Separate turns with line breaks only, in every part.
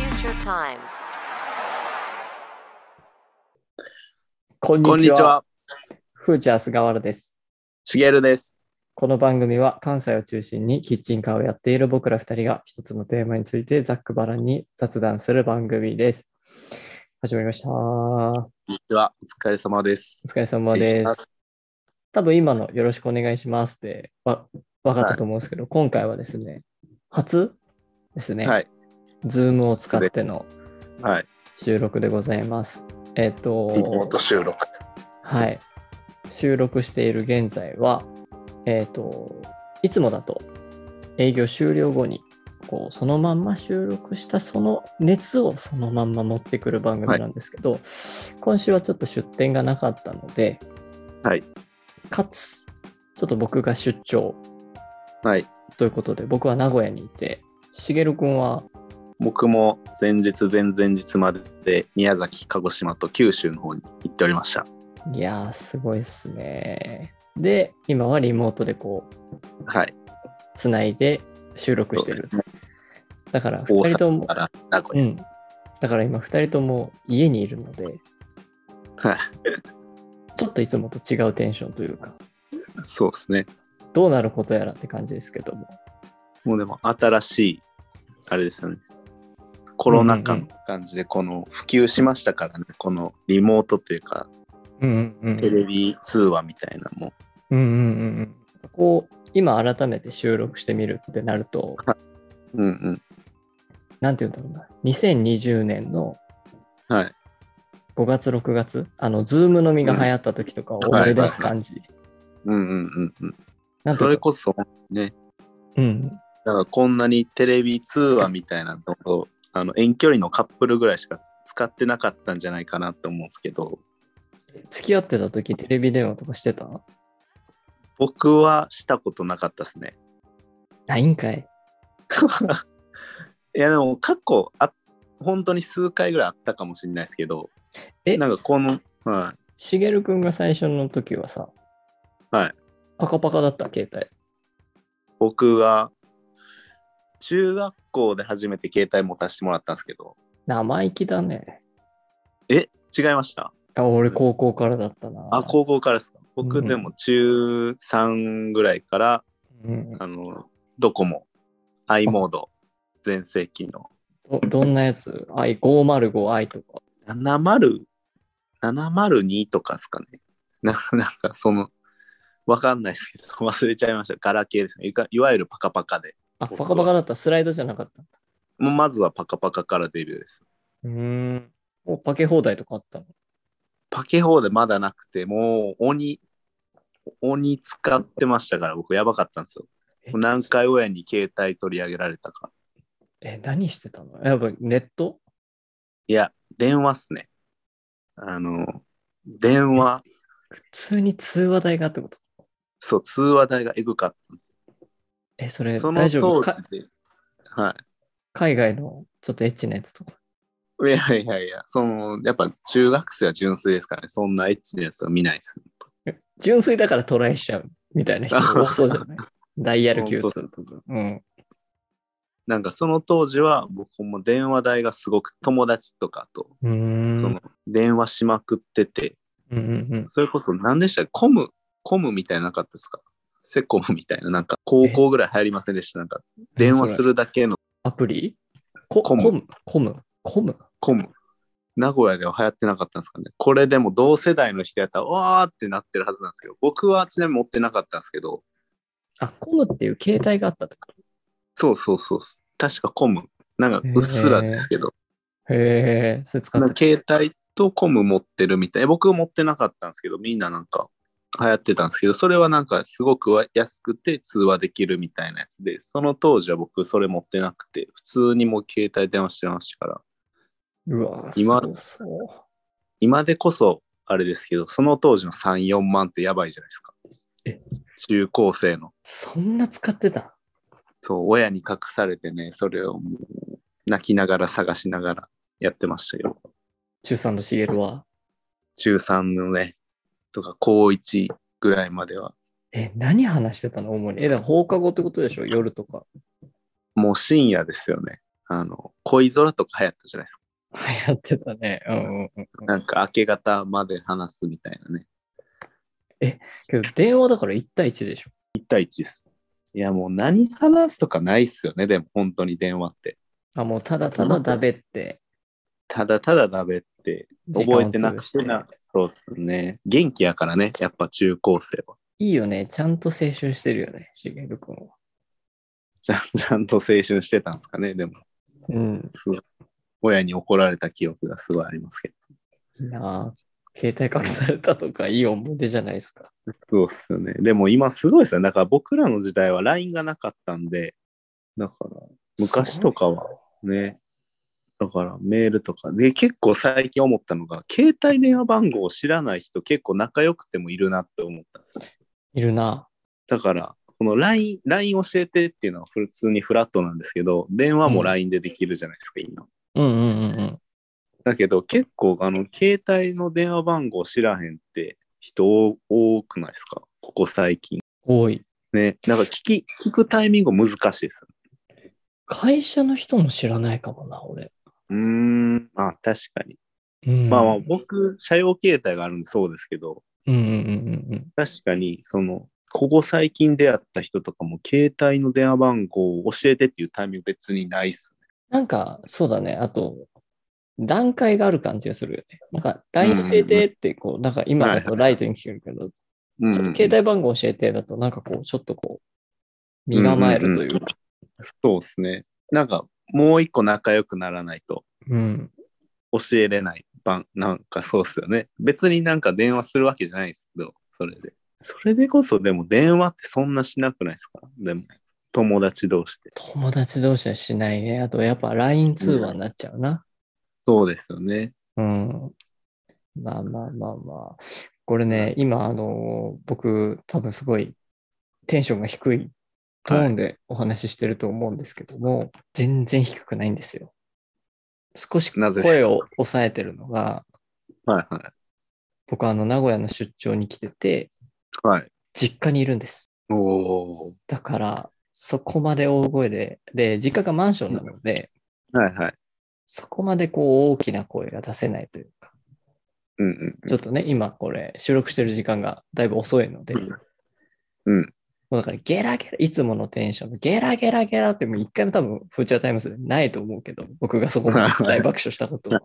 times.
こん
こん
に
に
ち
ち
は。
は、
フーチャー菅原です。
しげるです。
この番組は関西を中心にキッチンカーをやっている僕ら二人が一つのテーマについてざっくばらんに雑談する番組です。始まりました。お
こんにちは、お疲れ様です。
疲れ様で。
お願いします
多分今のよろしくお願いしますってわ分かったと思うんですけど、今回はですね、初ですね、
はい、
ズームを使っての
はい、
収録でございます。えっ、と、
リモート収録。
はい。収録している現在は、えっ、と、いつもだと営業終了後に、こう、そのまんま収録したその熱をそのまんま持ってくる番組なんですけど、今週はちょっと出店がなかったので、
はい。
かつ、ちょっと僕が出張
はい、
ということで、僕は名古屋にいて、しげるくんは、
僕も前日、前々日までで宮崎、鹿児島と九州の方に行っておりました。
いやー、すごいっすね。で、今はリモートでこう、
はい、
つないで収録してる。だから
大
2人とも
阪か、ら名古
う
屋。
ん。だから今2人とも家にいるので、
はい、
ちょっといつもと違うテンションというか、
そうですね。
どうなることやらって感じですけども。
もうでも新しい、あれですよね。コロナ禍の感じで、この普及しましたからね、このリモートというか、
うんうんうん。
テレビ通話みたいなのも
うんうんうんうん。こう、今改めて収録してみるってなると、
う。うん
なんていうんだろうな、2020年の
うん。はい、
5月、6月、あの、ズームのみが流行った時とかを思い出す感じ。
うんうんうんうん。
なんて
そ
い
れ
うか、
こそね、
うん。
だからこんなにテレビ通話みたいなのをあの遠距離のカップルぐらいしか使ってなかったんじゃないかなと思うんですけど
付き合ってた時テレビ電話とかしてた
僕はしたことなかったですね
ないんかい。
いやでも過去あ本当に数回ぐらいあったかもしれないですけど
え
なんかこの、は
しげるくんが最初の時はさ、
はい。
パカパカだった、携帯。
い、僕が中学校で初めて携帯持たせてもらったんですけど
生意気だね。
え違いました
あ俺、高校からだったな。
あ高校からですか
う
僕
ん
でも中3ぐらいから
うん
あの、ドコモ、i モード、全盛期の。
ど。どんなやつ ?i505i とか。
70、702とかですかね。な なんか、その、わかんないですけど、 忘れちゃいました。ガラケーですね。いかいわゆるパカパカで。
あ、
僕
パ
は
カパカだった。スライドじゃなかった。
もうまずはパカパカからデビューです。
うーん。もうパケ放題とかあったの。
パケ方でまだなくて、もう鬼、鬼使ってましたから、僕やばかったんですよ。
え
何回親に携帯取り上げられたか。
え、何してたのやっぱネット
いや、電話っすね。あの、電話、
普通に通話代がってこと
そう、通話代がエグかったんですよ
え、それ
その
大丈夫
当時
か
で、は
海外のちょっとエッチなやつとか。
い。いやいやいや、その、やっぱ中学生は純粋ですからね、そんなエッチなやつは見ないです、
純粋だからトライしちゃうみたいな人が多そうじゃ ないダイヤル Q2
本
とか。うん。
なんかその当時は僕も電話代がすごく友達とかと、
うーん。
その電話しまくってて、
うんうんうん。
それこそ何でしたっけコム、コムみたいなのなかったですかセコムみたいな、なんか高校ぐらい入りませんでした。なんか電話するだけの
アプリコ
コム
コムコムコム
コム。名古屋では流行ってなかったんですかね。これでも同世代の人やったら、わーってなってるはずなんですけど、僕はちなみに持ってなかったんですけど、
あ、コムっていう携帯があったってこ
そうそうそう。確かコム。なんかうっすらですけど、
とへえ、それ使
な
っ
ん
て
か
た。
携帯とコム持ってるみたい。僕持ってなかったんですけど、みんななんか流行ってたんですけど、それはなんかすごくわ安くて通話できるみたいなやつで、その当時は僕それ持ってなくて、普通にもう携帯電話してましたから、
うわー
今
そうそ
今でこそあれですけど、その当時の3、4万ってやばいじゃないですか。
え
中高生の。
う。そんな使ってた
そう、親に隠されてね、それをもう泣きながら探しながらやってましたよ。
中3のシゲルは。
中3のね、とか高1ぐらいまでは、
え、何話してたの主に。え、だから放課後ってことでしょ夜とか。
もう深夜ですよね。あの、恋空とか流行ったじゃないですか。
流行ってたね。うんうんうん。
なんか明け方まで話すみたいなね。
けど、電話だから1対1でしょ。
1対1です。いや、もう何話すとかないっすよね、でも本当に電話って。
あ、もうただただだべって。
ただただだべって、覚えてなくて
時間を
な
潰し。
そうっすね。元気やからね、やっぱ中高生は。
いいよね。ちゃんと青春してるよね、しげるくんは。
ちゃんちゃんと青春してたんですかね、でも。
うん。
すごい親に怒られた記憶がすごいありますけど。
いいなぁ携帯隠されたとかいい思い出じゃないですか。
そうっすよね。でも今すごいですね。だから僕らの時代は LINE がなかったんで、だから昔とかはね、だからメールとか。で、結構最近思ったのが、携帯電話番号を知らない人結構仲良くてもいるなって思ったんですよ。
いるな
だから、この LINE、LINE 教えてっていうのは普通にフラットなんですけど、電話も LINE でできるじゃないですか、今。
うんうんうんうん。
だけど結構あの携帯の電話番号知らへんって人多多くないですかここ最近。
多い。
ね、なんか聞き、聞くタイミング難しいですよね。
会社の人も知らないかもな、俺。
うーん、あ、確かに。
うん、
まあまあ
うん
僕、社用携帯があるんでそうですけど、
うんうんうん。
確かに、その、ここ最近出会った人とかも、携帯の電話番号を教えてっていうタイミング別にないっす
なんか、そうだね。あと、段階がある感じがするよね。なんか、LINE 教えてって、こう、なんか今だとライトに聞けるけど、
ね。
ちょっと
うん
携帯番号教えてだと、なんかこう、ちょっとこう、身構えるというか。
そうですね。なんか、もう一個仲良くならないと
うん。
教えれない番、なんかそうっすよね。別になんか電話するわけじゃないですけど、それで。それでこそ、でも電話ってそんなしなくないですかでも、友達同士で。
友達同士はしないね。あと、やっぱ LINE 通話になっちゃうな。
そうですよね。
うん。まあまあまあまあ。これね、今、あの、僕、多分すごいテンションが低いトーンでお話ししてると思うんですけども、全然低くないんですよ。少し
なぜ
声を抑えてるのが、
はいは
僕、あの、名古屋の出張に来てて、
い。はい。
実家にいるんです。
おお。
だから、そこまで大声で、で、実家がマンションなので、
はいはい。
そこまでこう大きな声が出せないというか、
うんうん。
ちょっとね、今これ収録してる時間がだいぶ遅いので、
うんうん。
もうだからゲラゲラ、いつものテンションでゲラゲラゲラってもう一回も多分フーチャータイムズでないと思うけど、僕がそこまで 大爆笑したことは。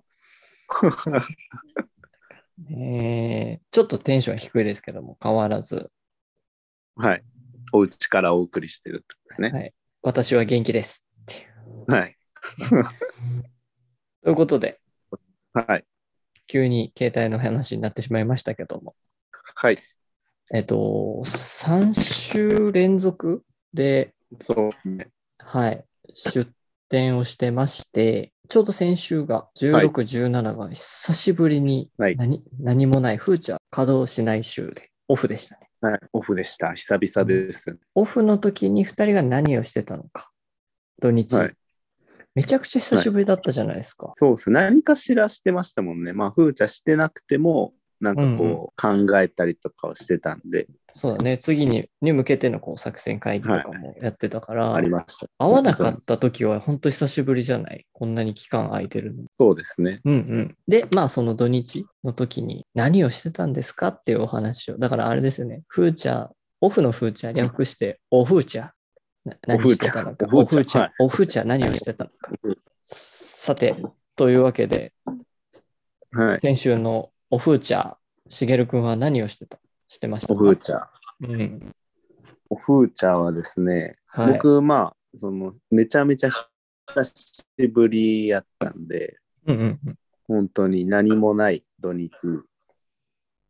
ねえちょっとテンションは低いですけども、変わらず、
はい。お家からお送りしてるってことですね。
私は元気です。
はい。
ということで、
はい。
急に携帯の話になってしまいましたけども、
はい。
えっと、3週連続で、
そうですね。
はい、出店をしてまして、ちょうど先週が16、
はい
17が久しぶりに
はい
何,、何もない、フーチャー稼働しない週で、オフでしたね。
はい。オフでした。久々ですよね。
オフの時に2人が何をしてたのか、土日、
はい
めちゃくちゃ久しぶりだったじゃないですか。
そうです。何かしらしてましたもんね。まあ、ふーちゃしてなくても、なんかこう、考えたりとかをしてたんで、
そうだね、次にに向けてのこう作戦会議とかもやってたから、
ありました。
会わなかった時は本当久しぶりじゃないこんなに期間空いてるの。
そうですね。
うんうん。で、まあその土日の時に何をしてたんですかっていうお話を。だからあれですよね。フーチャー、オフのフーチャー略して、オフーチャー。な何してたのか。オ
オ
フ
フ
ー
ー
チ
チ
ャ
ャ
ー
ー。
オフーチャー何をしてたのか。さて、というわけで、
はい。
先週のオフーチャー、しげるくんは何をしてたしてました
おふーちゃ。
うん。
おふーちゃはですね、
はい。
僕、まあ、その、めちゃめちゃ久しぶりやったんで、
うんうんうん
本当に何もない土日。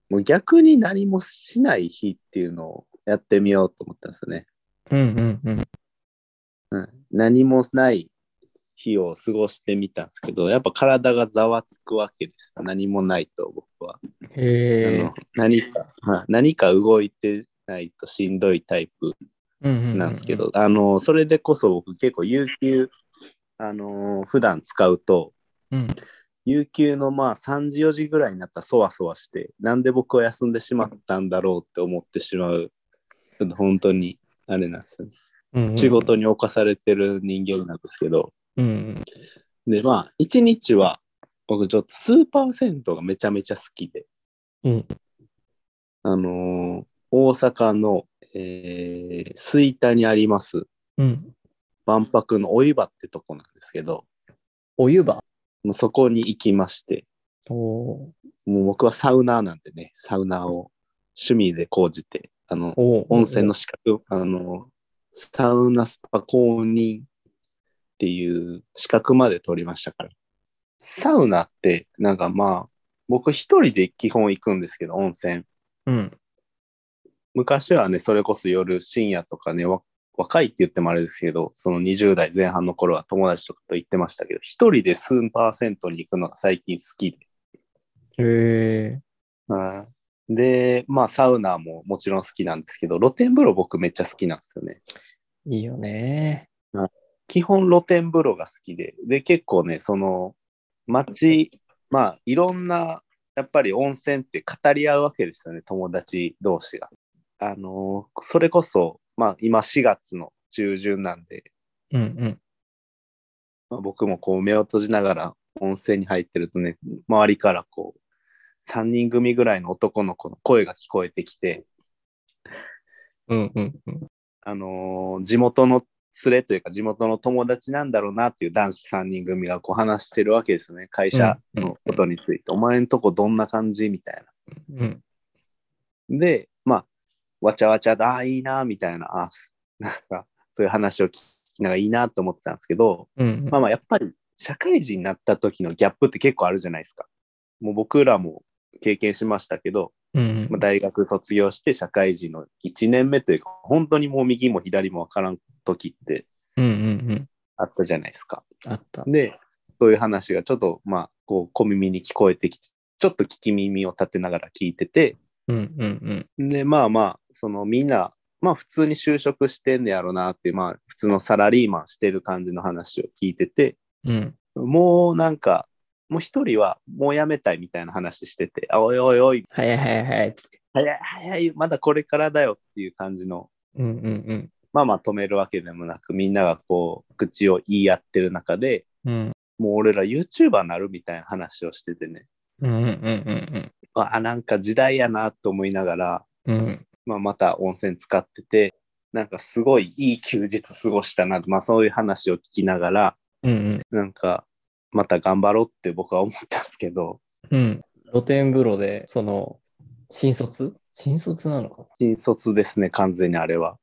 もう逆に何もしない日っていうのをやってみようと思ったんですよね。
うんうんうん。
うん、何もない日を過ごしてみたんですけど、やっぱ体がざわつくわけですよ。何もないと僕は。あ
へえ
の。何か、はい何か動いてないとしんどいタイプ
な
なんですけど、。あの、それでこそ僕結構有給、あの、普段使うと、
うん。
有給のまあ3時4時ぐらいになったらそわそわしてなんで僕は休んでしまったんだろうって思ってしまうちょっと本当にあれなんですよね
うんうん
仕事に侵されてる人間なんですけど
うん。
で、まあ、1日は、僕ちょっとスーパー銭湯がめちゃめちゃ好きで、
うん
あのー大阪の、えー、吹田にあります、
うん。
万博のお湯場ってとこなんですけど、
お湯場。
もうそこに行きまして、
おお
もう僕はサウナーなんでね、サウナーを趣味で講じて、あ
ー。、
の
おー
温泉の。資格、あの、サウナスパ公認っていう資格まで取りましたから。サウナって、なんかまあ、僕一人で基本行くんですけど、温泉。
うん。
昔はね、それこそ夜深夜とかね、わ若いって言ってもあれですけど、その20代前半の頃は友達とかと行ってましたけど、一人で数パーセントに行くのが最近好きで。
へえ。
で、まあサウナももちろん好きなんですけど、露天風呂僕めっちゃ好きなんですよね。
いいよね。
基本露天風呂が好きで、で、結構ね、その、街、まあ、いろんな、やっぱり温泉って語り合うわけですよね、友達同士が。あのーそれこそ、まあ、今4月の中旬なんで、
うんうん。
まあ、僕もこう目を閉じながら温泉に入ってるとね、周りからこう、3人組ぐらいの男の子の声が聞こえてきて、
うんうんうん。
あのー地元の連れというか地元の友達なんだろうなっていう男子3人組がこう話してるわけですよね会社のことについて、お前んとこどんな感じみたい
うん。
なでまあわちゃわちゃだあーいいなみたいなあーなんかそういう話を聞きながらいいなと思ってたんですけど、
うん。
まあまあやっぱり社会人になった時のギャップって結構あるじゃないですかもう僕らも経験しましたけど、
うん
まあ、大学卒業して社会人の1年目というか本当にもう右も左もわからん時って
うんうんうん。
あったじゃないですか。
あった。
で、そういう話がちょっと、まあ、こう、小耳に聞こえてきて、ちょっと聞き耳を立てながら聞いてて、
うんうん
で、まあまあ、そのみんな、まあ普通に就職してんねやろなっていう、まあ普通のサラリーマンしてる感じの話を聞いてて、
うん。うん。
もうなんか、もう一人はもう辞めたいみたいな話してて、あおいおいおい、
はいはいはい。
早い早い、まだこれからだよっていう感じの、
うんうん
まあまあ止めるわけでもなく、みんながこう、口を言い合ってる中で、
うん。うん
もう俺ら YouTuber なるみたいな話をしててね。
うんうんうん
あ、なんか時代やなと思いながら、
うん。うん。
まあ、また温泉使ってて、なんかすごいいい休日過ごしたな、まあそういう話を聞きながら、
うん
なんかまた頑張ろうって僕は思ったんですけど、
うん。うん。露天風呂で、その、新卒新卒なのかな
新卒ですね、完全にあれは。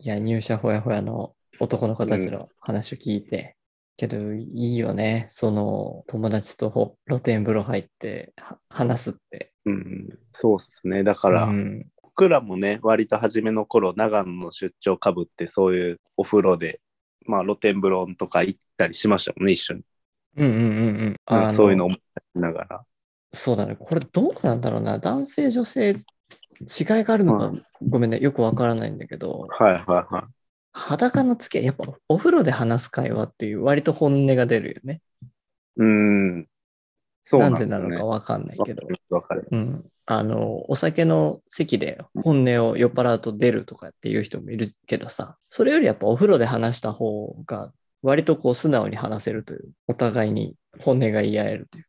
いや、入社ほやほやの男の子たちの話を聞いて。けど、いいよね。その、友達と露天風呂入って、は話すって。
うん、そうですね。だから、
うん。
僕らもね、割と初めの頃、長野の出張かぶって、そういうお風呂で、まあ露天風呂とか行ったりしましたもんね、一緒に。
うんうんうんうん。
なんかそういうの
あ
を思い出しながら。
そうだね。これどうなんだろうな。男性、女性、違いがあるのか、
う
ごめんね。よくわからないんだけど、
はいはいはい。
裸の付き合い、やっぱお風呂で話す会話っていう、割と本音が出るよね。
うん。そう
な
なん
ん
で
です
よ
な
ね。
のかわかんないけど。
わかり
う
ます。
ん。あの、お酒の席で本音を酔っ払うと出るとかっていう人もいるけどさ、それよりやっぱお風呂で話した方が、割とこう素直に話せるという、お互いに本音が言い合えるという。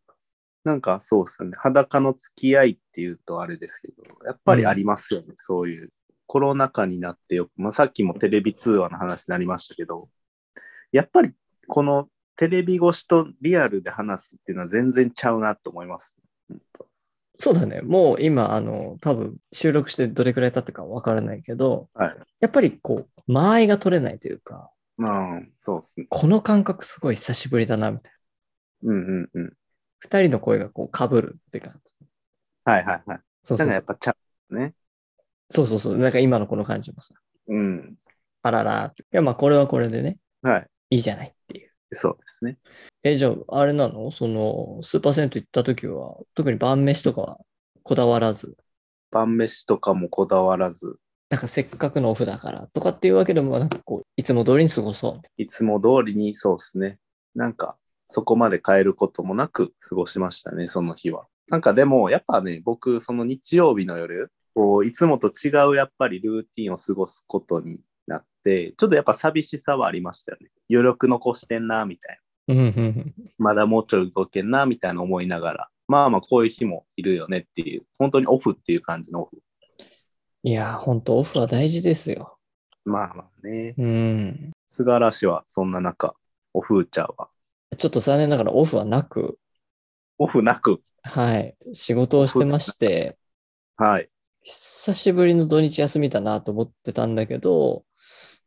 なんかそうですよね。裸の付き合いっていうとあれですけど、やっぱりありますよね、そういう。コロナ禍になってよく、まあ、さっきもテレビ通話の話になりましたけど、やっぱりこのテレビ越しとリアルで話すっていうのは全然ちゃうなと思います。うんと
そうだね。もう今、あの、多分収録してどれくらい経ったかわからないけど、
はい。
やっぱりこう、間合いが取れないというか、
うん、そうですね。
この感覚すごい久しぶりだな、みたいな。
うんうんうん。
二人の声がこう、被るって感じ。
はいはいはい。
そうそ
だか
うそ
らやっ
う。
ぱちゃうね。
そうそうそう。なんか今のこの感じもさ、
うん。
あららって。いや、まあこれはこれでね、
はい。
いいじゃないっていう。
そうですね。
え、じゃあ、あれなのその、スーパーセント行った時は、特に晩飯とかはこだわらず、
晩飯とかもこだわらず、
なんかせっかくのオフだからとかっていうわけでも、なんかこう、いつも通りに過ごそう。
いつも通りにそうですね。なんか、そこまで変えることもなく過ごしましたね、その日は。なんかでも、やっぱね、僕、その日曜日の夜、こういつもと違うやっぱりルーティンを過ごすことになっって、ちょっとやっぱ寂しさはありましたよね。余力残してんな、みたい
うんうんうん
な。まだもうちょい動けんな、みたいな思いながら。まあまあ、こういう日もいるよねっていう、本当にオフっていう感じのオフ。
いやー、ほんとオフは大事ですよ。
まあまあね。
うん。
菅原氏はそんな中、オフーチャーは、
ちょっと残念ながらオフはなく、
オフなく、
はい、仕事をしてまして、
はい。
久しぶりの土日休みだなと思ってたんだけど、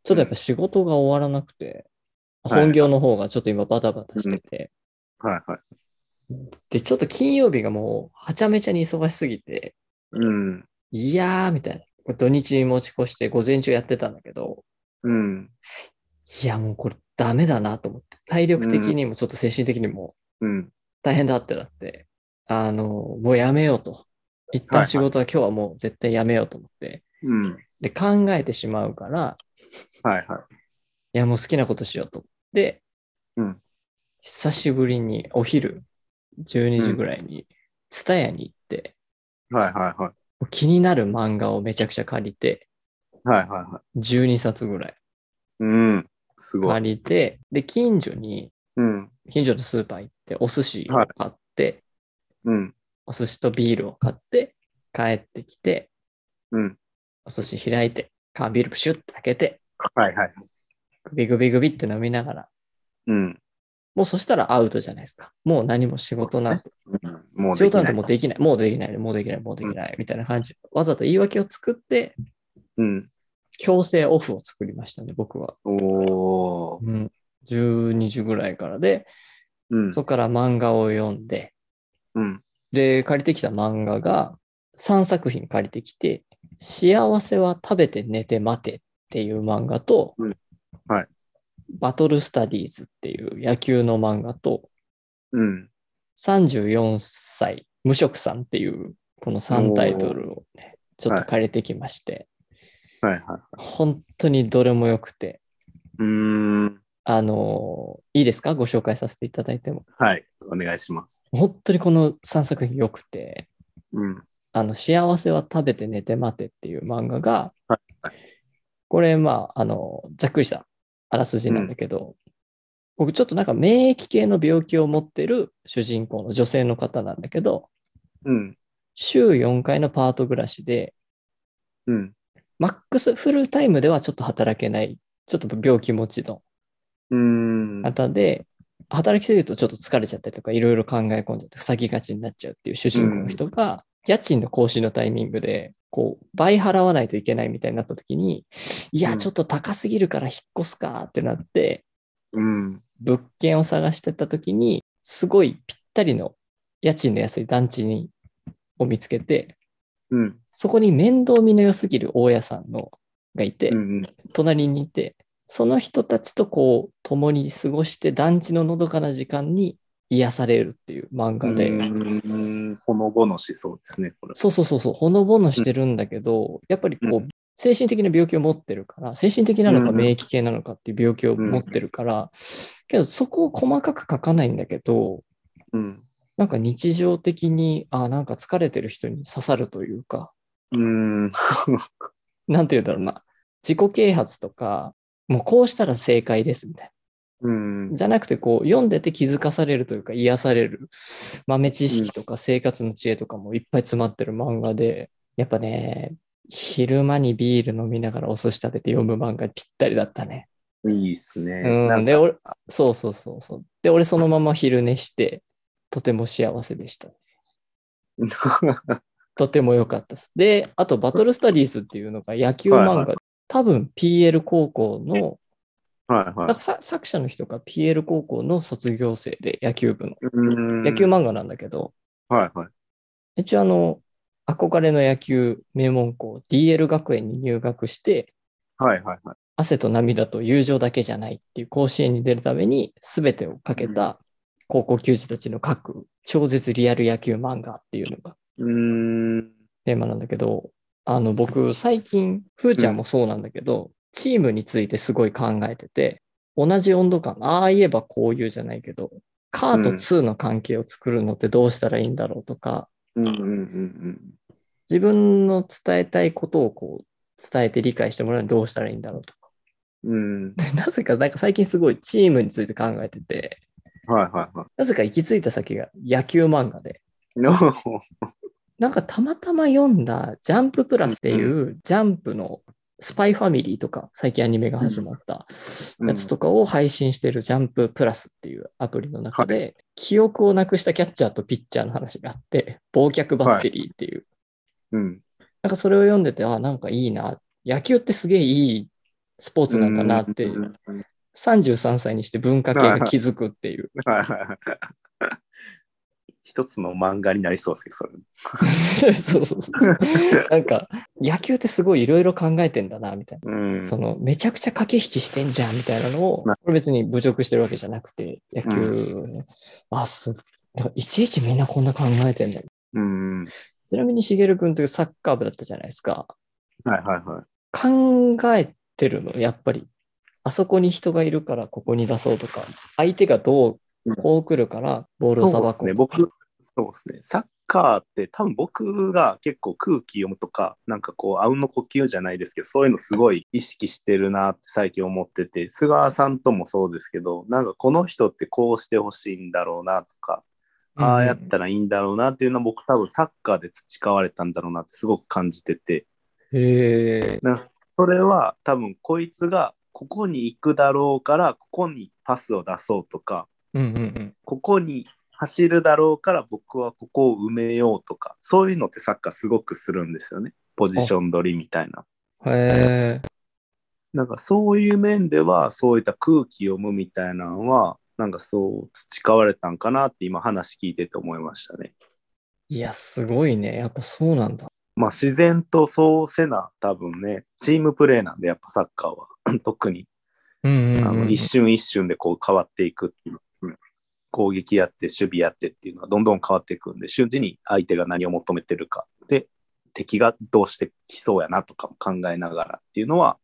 ちょっとやっぱ仕事が終わらなくて、
はい
本業の方がちょっと今バタバタしてて、
はいはい。
で、ちょっと金曜日がもうはちゃめちゃに忙しすぎて、
うん。
いやーみたいな。これ土日に持ち越して午前中やってたんだけど、
うん。
いやもうこれダメだなと思って、体力的にもちょっと精神的にも
うん。
大変だってなって、あの、もうやめようと。一
はい
旦
はい
仕事は今日はもう絶対やめようと思って。
うん。
で、考えてしまうから、
はいはい
やもう好きなことしようと思って、
うん
久しぶりにお昼12時ぐらいに、ツタヤに行って、
い。はいはい
も
はい。
う気になる漫画をめちゃくちゃ借りて、
はいはいはい。
12冊ぐらい
うん。すごい。
借りて、で、近所に、
うん。
近所のスーパー行って、お寿司を買って、
うん。
お寿司とビールを買って、帰ってきて、
うん。
お寿司開いて、缶ビールプシュッと開けて、
はいはい。
グビグビグビって飲みながら、
うん。
もうそしたらアウトじゃないですか。もう何も仕事なんて、
うんもう
仕
でき
事なん
な
て
い
もう。できない、もうできない、もうできない、もうできない、みたいな感じ。わざと言い訳を作って、
うん。
強制オフを作りましたね、僕は。
おー。
うん。12時ぐらいからで、
うん。
そこから漫画を読んで、
うん。
で、借りてきた漫画が3作品借りてきて、幸せは食べて寝て待てっていう漫画と、
うんはい
バトルスタディーズっていう野球の漫画と、
うん。
34歳無職さんっていうこの3タイトルをね、ちょっと借りてきまして、
はいはい。
本当にどれも良くて、
うーん。
あのいいですかご紹介させていただいても。
はい。お願いします。
本当にこの3作品良くて、
うん。
あの、幸せは食べて寝て待てっていう漫画が
は、
これ、まあ、あの、ざっくりしたあらすじなんだけど、僕ちょっとなんか免疫系の病気を持ってる主人公の女性の方なんだけど、
うん。
週4回のパート暮らしで、
うん。
マックスフルタイムではちょっと働けない、ちょっと病気持ちの
うーん。
方で、働きすぎるとちょっと疲れちゃったりとか、いろいろ考え込んじゃって、塞ぎがちになっちゃうっていう主人公の人が、家賃の更新のタイミングで、こう、倍払わないといけないみたいになった時に、いうや、
ん
ちょっと高すぎるから引っ越すかってなって、
うん。
物件を探してた時に、すごいぴったりの家賃の安い団地にを見つけて、
うん。
そこに面倒見の良すぎる大家さんのがいて、
うん。
隣にいて、その人たちとこう、共に過ごして、団地ののどかな時間に癒されるっていう漫画で、
うん。ほのぼのしそうですね、これ。
そうそうそうそう、ほのぼのしてるんだけど、やっぱりこ
う
う、精神的な病気を持ってるから、精神的なのか
うん
免疫系なのかっていう病気を持ってるから、けどそこを細かく書かないんだけど、
うん。
なんか日常的に、あなんか疲れてる人に刺さるというか、
うん。
なんて言うんだろうな、自己啓発とか、もうこうしたら正解ですみたいな。
うん。
じゃなくて、こう、読んでて気づかされるというか、癒される豆知識とか生活の知恵とかもいっぱい詰まってる漫画で、やっぱね、昼間にビール飲みながらお寿司食べて読む漫画にぴったりだったね。
いいっすね。
うん。
か
で、俺、そうそうそうそう。で、俺そのまま昼寝して、とても幸せでした。とても良かったです。で、あと、バトルスタディースっていうのが野球漫画、
はいは
多分 PL 高校の、
はいは
なんか。
い
さ作者の人が PL 高校の卒業生で野球部の、
野
野球漫画なんだけど、
はいはい。
一応あの、憧れの野球名門校 DL 学園に入学して、
はいはいはい。
汗と涙と友情だけじゃないっていう甲子園に出るために全てをかけた高校球児たちの書く超絶リアル野球漫画っていうのが
うーん。
テーマなんだけど、あの僕最近、ふーちゃんもそうなんだけど、チームについてすごい考えてて、同じ温度感、ああ言えばこう言うじゃないけど、カーと2の関係を作るのってどうしたらいいんだろうとか、
うんうんうん
自分の伝えたいことをこう伝えて理解してもらうにはどうしたらいいんだろうとか、
うん。
でなぜか、なんか最近すごいチームについて考えてて、
はいはいは
なぜか行き着いた先が野球漫画で、
い。 のは
なんかたまたま読んだジャンププラスっていうジャンプのスパイファミリーとか、最近アニメが始まった
うん
やつとかを配信してるジャンププラスっていうアプリの中で、記憶をなくしたキャッチャーとピッチャーの話があって、忘却バッテリーっていう、
うん。
なんかそれを読んでて、あ、なんかいいな、野球ってすげえいいスポーツなんだなって、
うんうんうん
33歳にして文化系が気づくっていう。
はいはいはい。一つの漫画になりそうですけど、それ。
そうそうそう。なんか、野球ってすごいいろいろ考えてんだな、みたいな。
うん。
そのめちゃくちゃ駆け引きしてんじゃんみたいなのを、これ別に侮辱してるわけじゃなくて、野球、あ、すだからいちいちみんなこんな考えてんだよ。
うん。
ちなみに、しげる君というサッカー部だったじゃないですか。
はいはいはい。
考えてるの、やっぱり。あそこに人がいるからここに出そうとか、相手がどう、こう来るからボールをさ
そうで
ば
すね、
く。
僕、そうですね。サッカーって多分僕が結構空気読むとか、なんかこう、あうんの呼吸じゃないですけど、そういうのすごい意識してるなって最近思ってて、菅さんともそうですけど、なんかこの人ってこうしてほしいんだろうなとか、ああやったらいいんだろうなっていうのは僕多分サッカーで培われたんだろうなってすごく感じてて、
へえ。
それは多分こいつがここに行くだろうから、ここにパスを出そうとか、
うんうんうん。
ここに走るだろうから僕はここを埋めようとかそういうのってサッカーすごくするんですよねポジション取りみたいな。
へえ。
なんかそういう面ではそういった空気読むみたいなのはなんかそう培われたんかなって今話聞いてて思いましたね。
いや、すごいね。やっぱそうなんだ。
まあ自然とそうせな多分ねチームプレーなんでやっぱサッカーは 特に
うんうん、
あ
うん。
の一瞬一瞬でこう変わっていくっていう。うん攻撃やって守備やってっていうのはどんどん変わっていくんで瞬時に相手が何を求めてるかで敵がどうしてきそうやなとかも考えながらっていうのは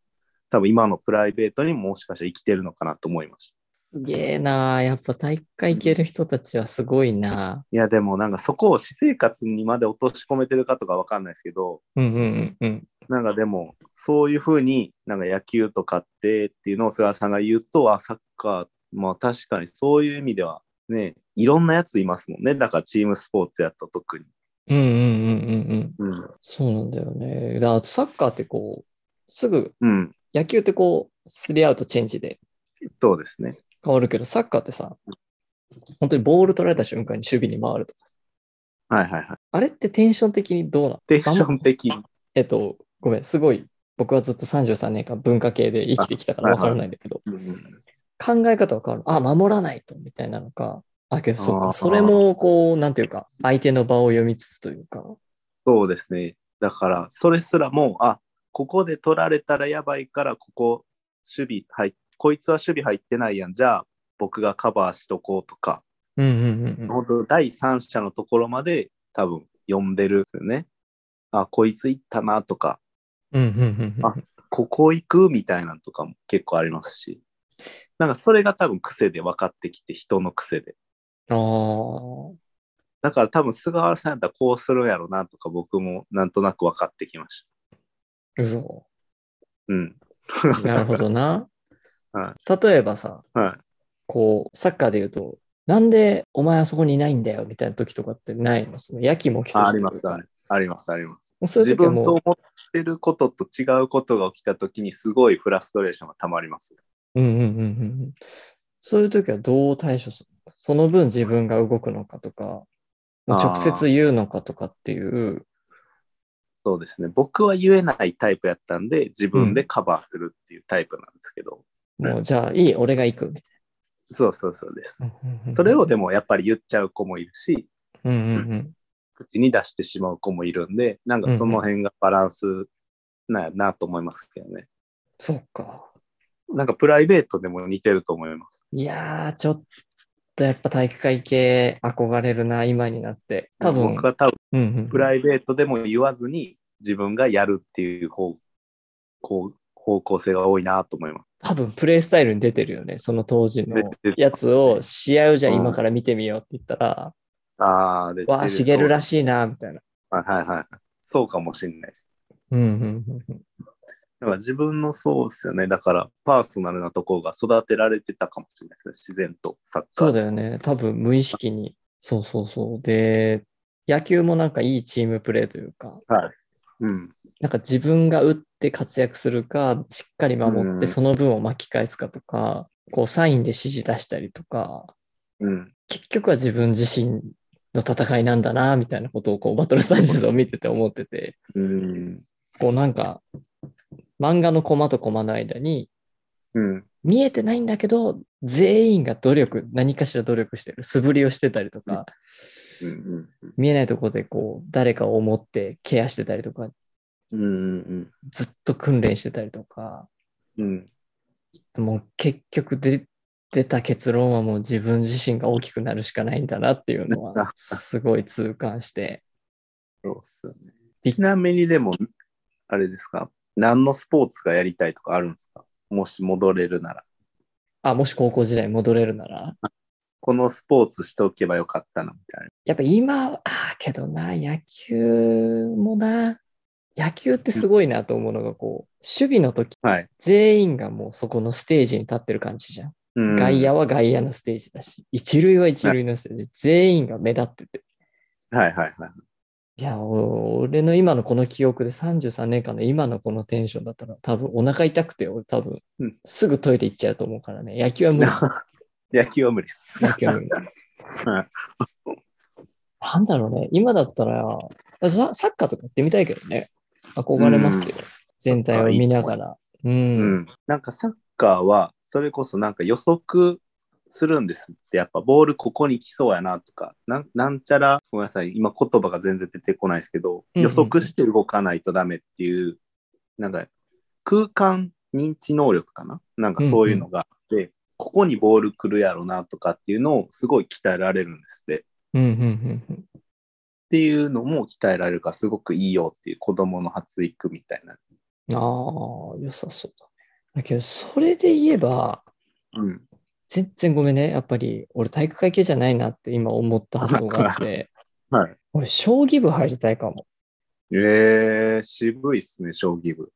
多分今のプライベートにももしかしたら生きてるのかなと思いました。
すげえなあやっぱ大会行ける人たちはすごいない
やでもなんかそこを私生活にまで落とし込めてるかとかわかんないですけど
うんうんうんうん。
なんかでもそういうふうになんか野球とかってっていうのを菅原さんが言うとあサッカーまあ確かにそういう意味ではねいろんなやついますもんねだからチームスポーツやと特に、
うんうんうんうんうん。
うん
そうなんだよね。だからあとサッカーってこう、すぐ、
うん、
野球ってこう、スリーアウトチェンジで
そうですね
変わるけど、サッカーってさ、本当にボール取られた瞬間に守備に回るとかさ
はいはいはい
あれってテンション的にどうなの
テンション的に
えっと、ごめん、すごい、僕はずっと33年間文化系で生きてきたから
あ
わからないんだけど、
うん
考え方は変わる。あ、守らないと、みたいなのか。あ、けど、そう
あ
か。
ー
それも、こう、なんていうか、相手の場を読みつつというか。
そうですねだからそれすらもうあここで取られたらやばいからここ守備入っこいつは守備入ってないやんじゃあ僕がカバーしとこうとか
うんうんうんうん。
本当第三者のところまで多分読んでるんですよね。あ、こいつ行ったなとか、
うんうんうんうん
あここ行くみたいなのとかも結構ありますし、なんかそれが多分癖で分かってきて、人の癖で。
あー
だから多分菅原さんやったらこうするやろなとか僕もなんとなく分かってきまし
嘘。
た。うん。
なるほどな。
は
例えばさ、
は
こう、サッカーで言うと、なんでお前あそこにいないんだよみたいな時とかってないの そのやきもき
い。
する
あ
と
あ
い
り
う
ます、
か
ありあります、あります。
そうい
自
う時は
分
も
と思ってることと違うことが起きた時にすごいフラストレーションがたまります。
う、うんうんうんうんうん。そういう時はどう対処するのその分自分が動くのかとか、
あー
直接言うのかとかっていう、
そうですね。僕は言えないタイプやったんで、自分でカバーするっていうタイプなんですけど、
もうじゃあいい、俺が行くみたい
そうそうそうです。
な。
それをで
も、
もやっぱり言っちゃう子もいるし、
うんうん
口に出してしまう子もいるんで、なんかその辺がバランスなんやなと思いますけどね。
そっか。
なんかプライベートでも似てると思います。
いやー、ちょっとやっぱ体育会系憧れるな、今になって。多分、
僕は多分
うんうん、
プライベートでも言わずに自分がやるっていう方こう方向性が多いなと思います。
多分プレイスタイルに出てるよね、その当時の
出て
やつを試合をじゃあ
うん
今から見てみようって言ったら、
ああ、で、
わあ、しげるら
しい。
しいな、みたいな。
はいはいはい。そうかもしれないです。
うんうんうんうん
なんか自分のそうですよね。だから、パーソナルなところが育てられてたかもしれないですね。自然と、サッカー。
そうだよね。多分無意識に。そうそうそう。で、野球もなんかいいチームプレーというか、
うん。
なんか自分が打って活躍するか、しっかり守っ
う
て
ん
その分を巻き返すかとか、こうサインで指示出したりとか、
うん。
結局は自分自身の戦いなんだな、みたいなことをこうバトルサイズを見てて思ってて、
うん。
こうなんか、漫画のコマとコマの間に、
うん。
見えてないんだけど、全員が努力、何かしら努力してる、素振りをしてたりとか、
うん。
見えないところでこう、誰かを思ってケアしてたりとか、
うん。うん。
ずっと訓練してたりとか、
うん。
もう結局で出た結論はもう自分自身が大きくなるしかないんだなっていうのはすごい痛感して
そうっすよね。ちなみにでも、あれですか何のスポーツがやりたいとかあるんですかもし戻れるなら。
あもし高校時代に戻れるなら
このスポーツしておけばよかったな、みたい
やっぱ今あーけどな野球もな野球ってすごいなと思うのがこう守備の時
な。はい。
全員がもうそこのステージに立ってる感じじゃん、
うん
外野は外野のステージだし一塁は一塁のステージ全員が目立ってて
はいはいはい。
い や、お俺の今のこの記憶で33年間の今のこのテンションだったら多分お腹痛くて俺多分
うん
すぐトイレ行っちゃうと思うからね。野球は無理。
野球は無理です。
野球は無理。
はい
なんだろうね。今だったらサ、サッカーとかやってみたいけどね。憧れますよ。全体を見ながら。う。
うんん、なんかサッカーはそれこそなんか予測するんですってやっぱボールここに来そうやなとかなんなんちゃらごめんなさい今言葉が全然出てこないですけ
う
ど
んうん
予測して動かないとダメっていう,、なんか空間認知能力かななんかそういうのがあって、ここにボール来るやろなとかっていうのをすごい鍛えられるんですって。
うん、うん、うんうん。
っていうのも鍛えられるからすごくいいよっていう子供の発育みたいな。
ああ、良さそうだね。だけど、それで言えば、
うん。
全然ごめんね。やっぱり俺体育会系じゃないなって今思った発想があって、
はい。
俺将棋部入りたいかも。
えー、渋いっすね、将棋部。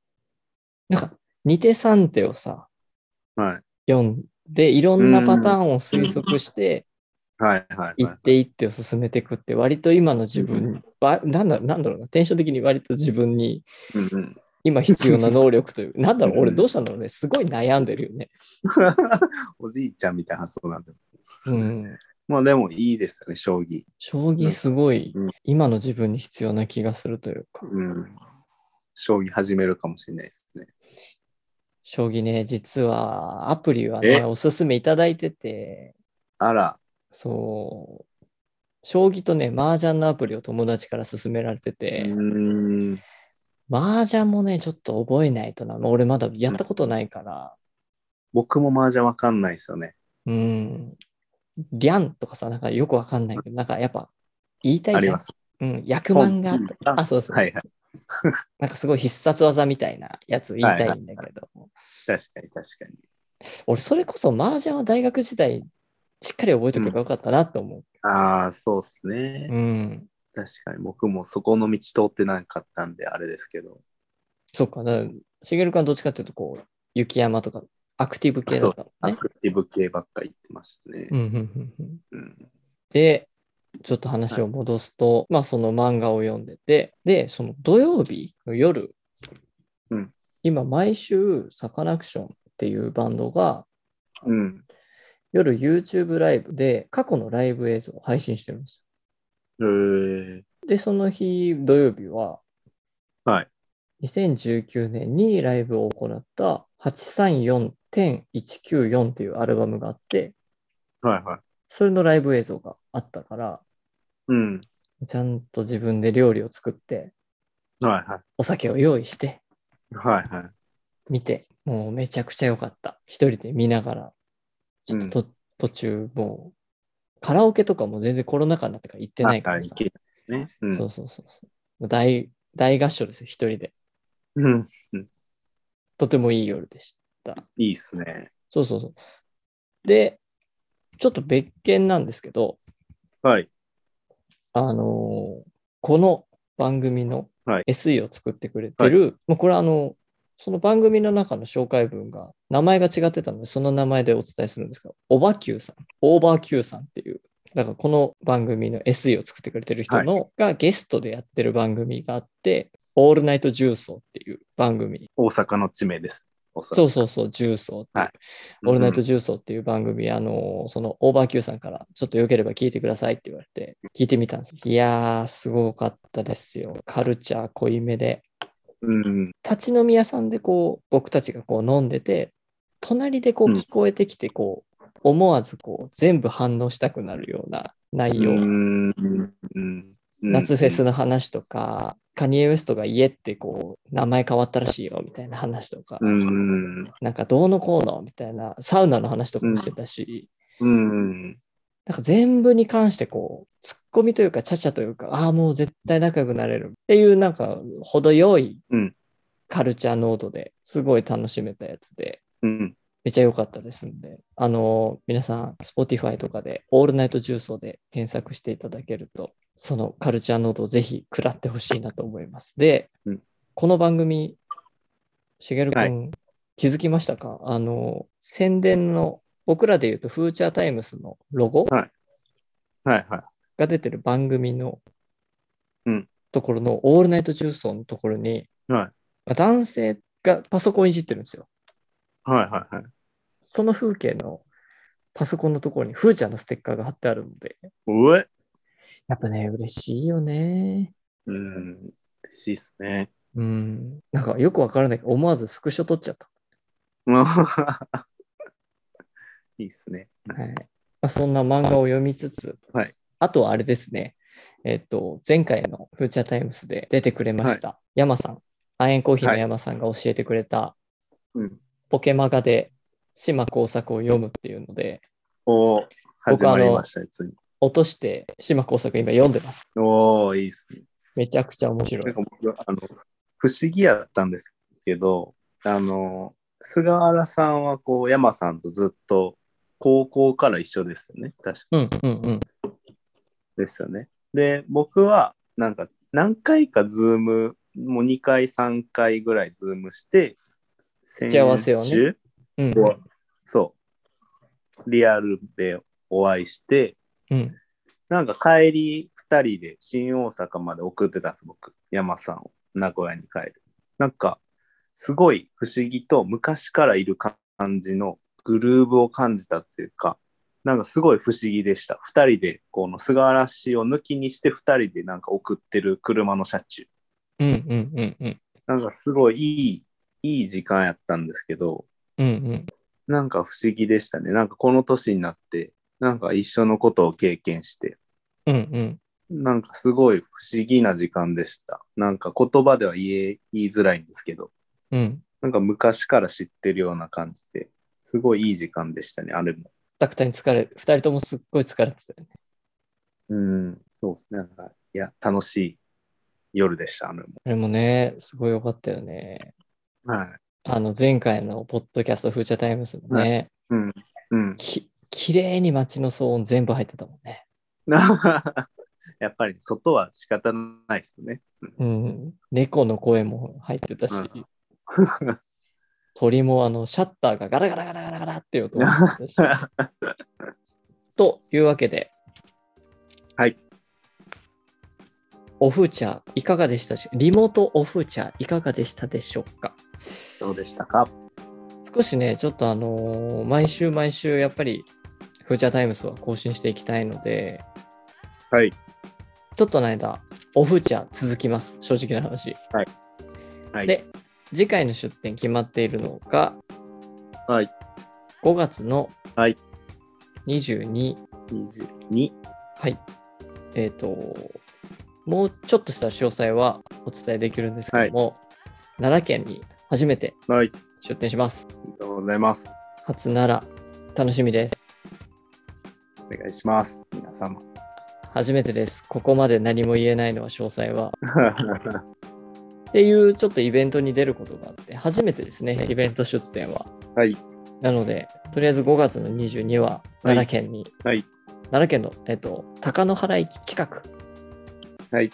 なんか2手3手をさ、
はい。
読んで、いろんなパターンを推測して、
はいはい
一
はい。
手一手を進めていくって、割と今の自分に、わなんだなんだろうな、テンション的に割と自分に
うんうん、
今必要な能力という、なんだろう、
うん
俺どうしたんだろうね、すごい悩んでるよね。
おじいちゃんみたいな発想なんでます。
うん。
まあでもいいですよね、将棋。
将棋すごい
うん、
今の自分に必要な気がするというか、
うん。将棋始めるかもしれないですね。
将棋ね、実はアプリはね、
え
おすすめいただいてて、
あら、
そう、将棋とね、麻雀のアプリを友達から勧められて
う
て、
ーん。
麻雀もね、ちょっと覚えないとな。まあ俺まだやったことないから。
僕も麻雀わかんないですよね。
うん。りゃんとかさ、なんかよくわかんないけど、なんかやっぱ言いたい
あ
じ
り
ゃん
ま。す。
うん。役満があっ
本地
た。あ、そうそう。
はいはい。
なんかすごい必殺技みたいなやつ言いたいんだけど。
確かに確かに。
俺、それこそ麻雀は大学時代、しっかり覚えとけばよかったなと思
ああ、そうっすね
う。う。ん。
確かに僕もそこの道通ってなかったんで、あれですけど。
そっか。だからしげるくんはどっちかっていうと、こう、雪山とか、アクティブ系だったの
ア
ね。
クティブ系ばっかり行ってましたね
う。ん、うん、うんうん。
うん。
で、ちょっと話を戻すと、まあその漫画を読んでて、で、その土曜日の夜、
うん
今毎週サカナクションっていうバンドが
うん。
夜 YouTube ライブで過去のライブ映像を配信してるんです
えー、
よ。で、その日土曜日は、
はい。
2019年にライブを行った834.194っていうアルバムがあって、
はいはい。
それのライブ映像があったから、
うん。
ちゃんと自分で料理を作って、
はいは
お酒を用意して、
い。はいはい。
見て、もうめちゃくちゃ良かった。一人で見ながら、ちょっとと、途中、もう、カラオケとかも全然コロナ禍になってから行ってないからさ。
はいはいね。うん
そうそうそうそう。もう大、大合唱ですよ、一人で。
うん。
とてもいい夜でした。
いいっすね。
そうそうそう。で、ちょっと別件なんですけど、
はい。
あのーこの番組の
はい
SE を作ってくれてる、もうこれはあの、その番組の中の紹介文が、名前が違ってたので、その名前でお伝えするんですが、オバキューさん、オーバーキューさんっていう、だからこの番組の SE を作ってくれてる人の、がゲストでやってる番組があって、オールナイト重曹っていう番組、
大阪の地名です。おそら
そ
く
うそうそう、重曹っていう
はい
オールナイト重曹っていう番組、あの、そのオーバー Q さんから、ちょっと良ければ聞いてくださいって言われて、聞いてみたんです。いやー、すごかったですよ。カルチャー濃いめで。
うんうん
立ち飲み屋さんでこう、僕たちがこう飲んでて、隣でこう
うん
聞こえてきて、こう、思わずこう、全部反応したくなるような内容。
うんうんうんうん
夏フェスの話とか、カニエ・ウエストが家ってこう、名前変わったらしいよみたいな話とか、
うんうん
なんかどうのこうのみたいな、サウナの話とかもしてたし、
うん
なんか全部に関してこう、ツッコミというか、ちゃちゃというか、ああ、もう絶対仲良くなれるっていう、なんか、程よい
うん
カルチャー濃度ですごい楽しめたやつで、
うん
めちゃ良かったですんで、あのー皆さん、Spotify とかで、オールナイト重曹で検索していただけると、そのカルチャー濃度をぜひ食らってほしいなと思います。で、
うん
この番組、しげるくん、
は
気づきましたかあのー宣伝の、僕らで言うと、フーチャータイムスのロゴ、
はいはい
が出てる番組の
うん
ところの「オールナイト重曹」のところに、
はい
まあ男性がパソコンいじってるんですよ。
はいはいはい
その風景のパソコンのところにフーちゃんのステッカーが貼ってあるので、
うえ
やっぱね、嬉しいよね。
うん嬉しいっすね
うん。なんかよくわからないけど、思わずスクショ撮っちゃった。
うんいいっすね
はいまあ、そんな漫画を読みつつ、
はい
あとはあれですね、えっと、前回のフーチャータイムスで出てくれました、山さん、アエンコーヒーの山さんが教えてくれた、
うん
ポケマガで島耕作を読むっていうので、
おー始
僕あの
まりましたよついに
落として島耕作今読んでます。
おおいいっすね
めちゃくちゃ面白
ないん。か僕、あの、不思議やったんですけど、あの、菅原さんはこう、山さんとずっと高校から一緒ですよね。確か
うんうんうん。
ですよね。で、僕は、なんか、何回かズーム、もう2回、3回ぐらいズームして、先
ち合わせをね
週
うん
そう、リアルでお会いして、
うん。
なんか帰り2人で新大阪まで送ってたんです、僕。山さんを名古屋に帰る。なんか、すごい不思議と昔からいる感じのグルーブを感じたっていうか、なんかすごい不思議でした。2人で、この菅原氏を抜きにして2人でなんか送ってる車の車中。
うんうんうんうん。
なんかすごいいい、いい時間やったんですけど、
うんうん。
なんか不思議でしたね。なんかこの年になって、なんか一緒のことを経験して、
うんうん。
なんかすごい不思議な時間でした。なんか言葉では言え、言いづらいんですけど、
うん。
なんか昔から知ってるような感じで、すごいいい時間でしたね、あれも。
たくたに疲れ、二人ともすっごい疲れてたよね。
うん、そうですね。なんか、いや、楽しい夜でした、あれも。
あれもね、すごい良かったよね。
はい。
あの、前回のポッドキャスト、フーチャータイムスもね、
うん、うん。
き、綺麗に街の騒音全部入ってたもんね。
やっぱり外は仕方ないですね。
うん。猫の声も入ってたし、
うん
鳥もあのシャッターがガラガラガラガラガラっていう音がして たしというわけで、
はい。
オフチャーいかがでしたし、リモートオフチャーいかがでしたでしょうか
どうでしたか
少しね、ちょっとあのー毎週毎週やっぱりフーチャータイムスは更新していきたいので、
はい。
ちょっとの間、オフチャー続きます、正直な話。
はい。
で、次回の出店決まっているのが、
はい。
5月の
はい
22、
22。
はい。えっ、と、もうちょっとしたら詳細はお伝えできるんですけども、奈良県に初めて
はい。あ
出店します。
りがとうございます。
初奈良、楽しみです。
お願いします。皆様。
初めてです。ここまで何も言えないのは詳細は。っていうちょっとイベントに出ることがあって、初めてですね、イベント出店は。
はい。
なので、とりあえず5月の22は
はい
奈良県に、
はい
奈良県の、えっと、高野原駅近く
はい
聞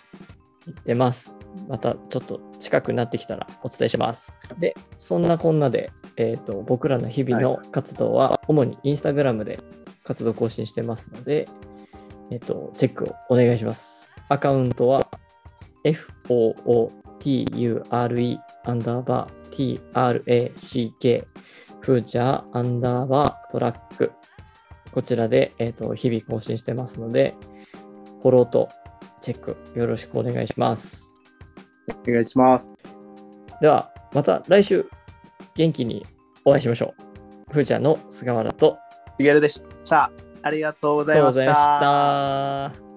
いてます。またちょっと近くなってきたらお伝えします。で、そんなこんなで、えー、と僕らの日々の活動は主にインスタグラムで活動更新してますので、えー、とチェックをお願いします。アカウントは FOOTURE アンダーバー TRACK フーチャーアンダーバートラックこちらで、えー、と日々更新してますのでフォローとチェックよろしくお願いします。
お願いします。
では、また来週、元気にお会いしましょう。ふーちゃんの菅原と、
しげるでした。ありがとうご
あ
ざいました。
りがとうございました。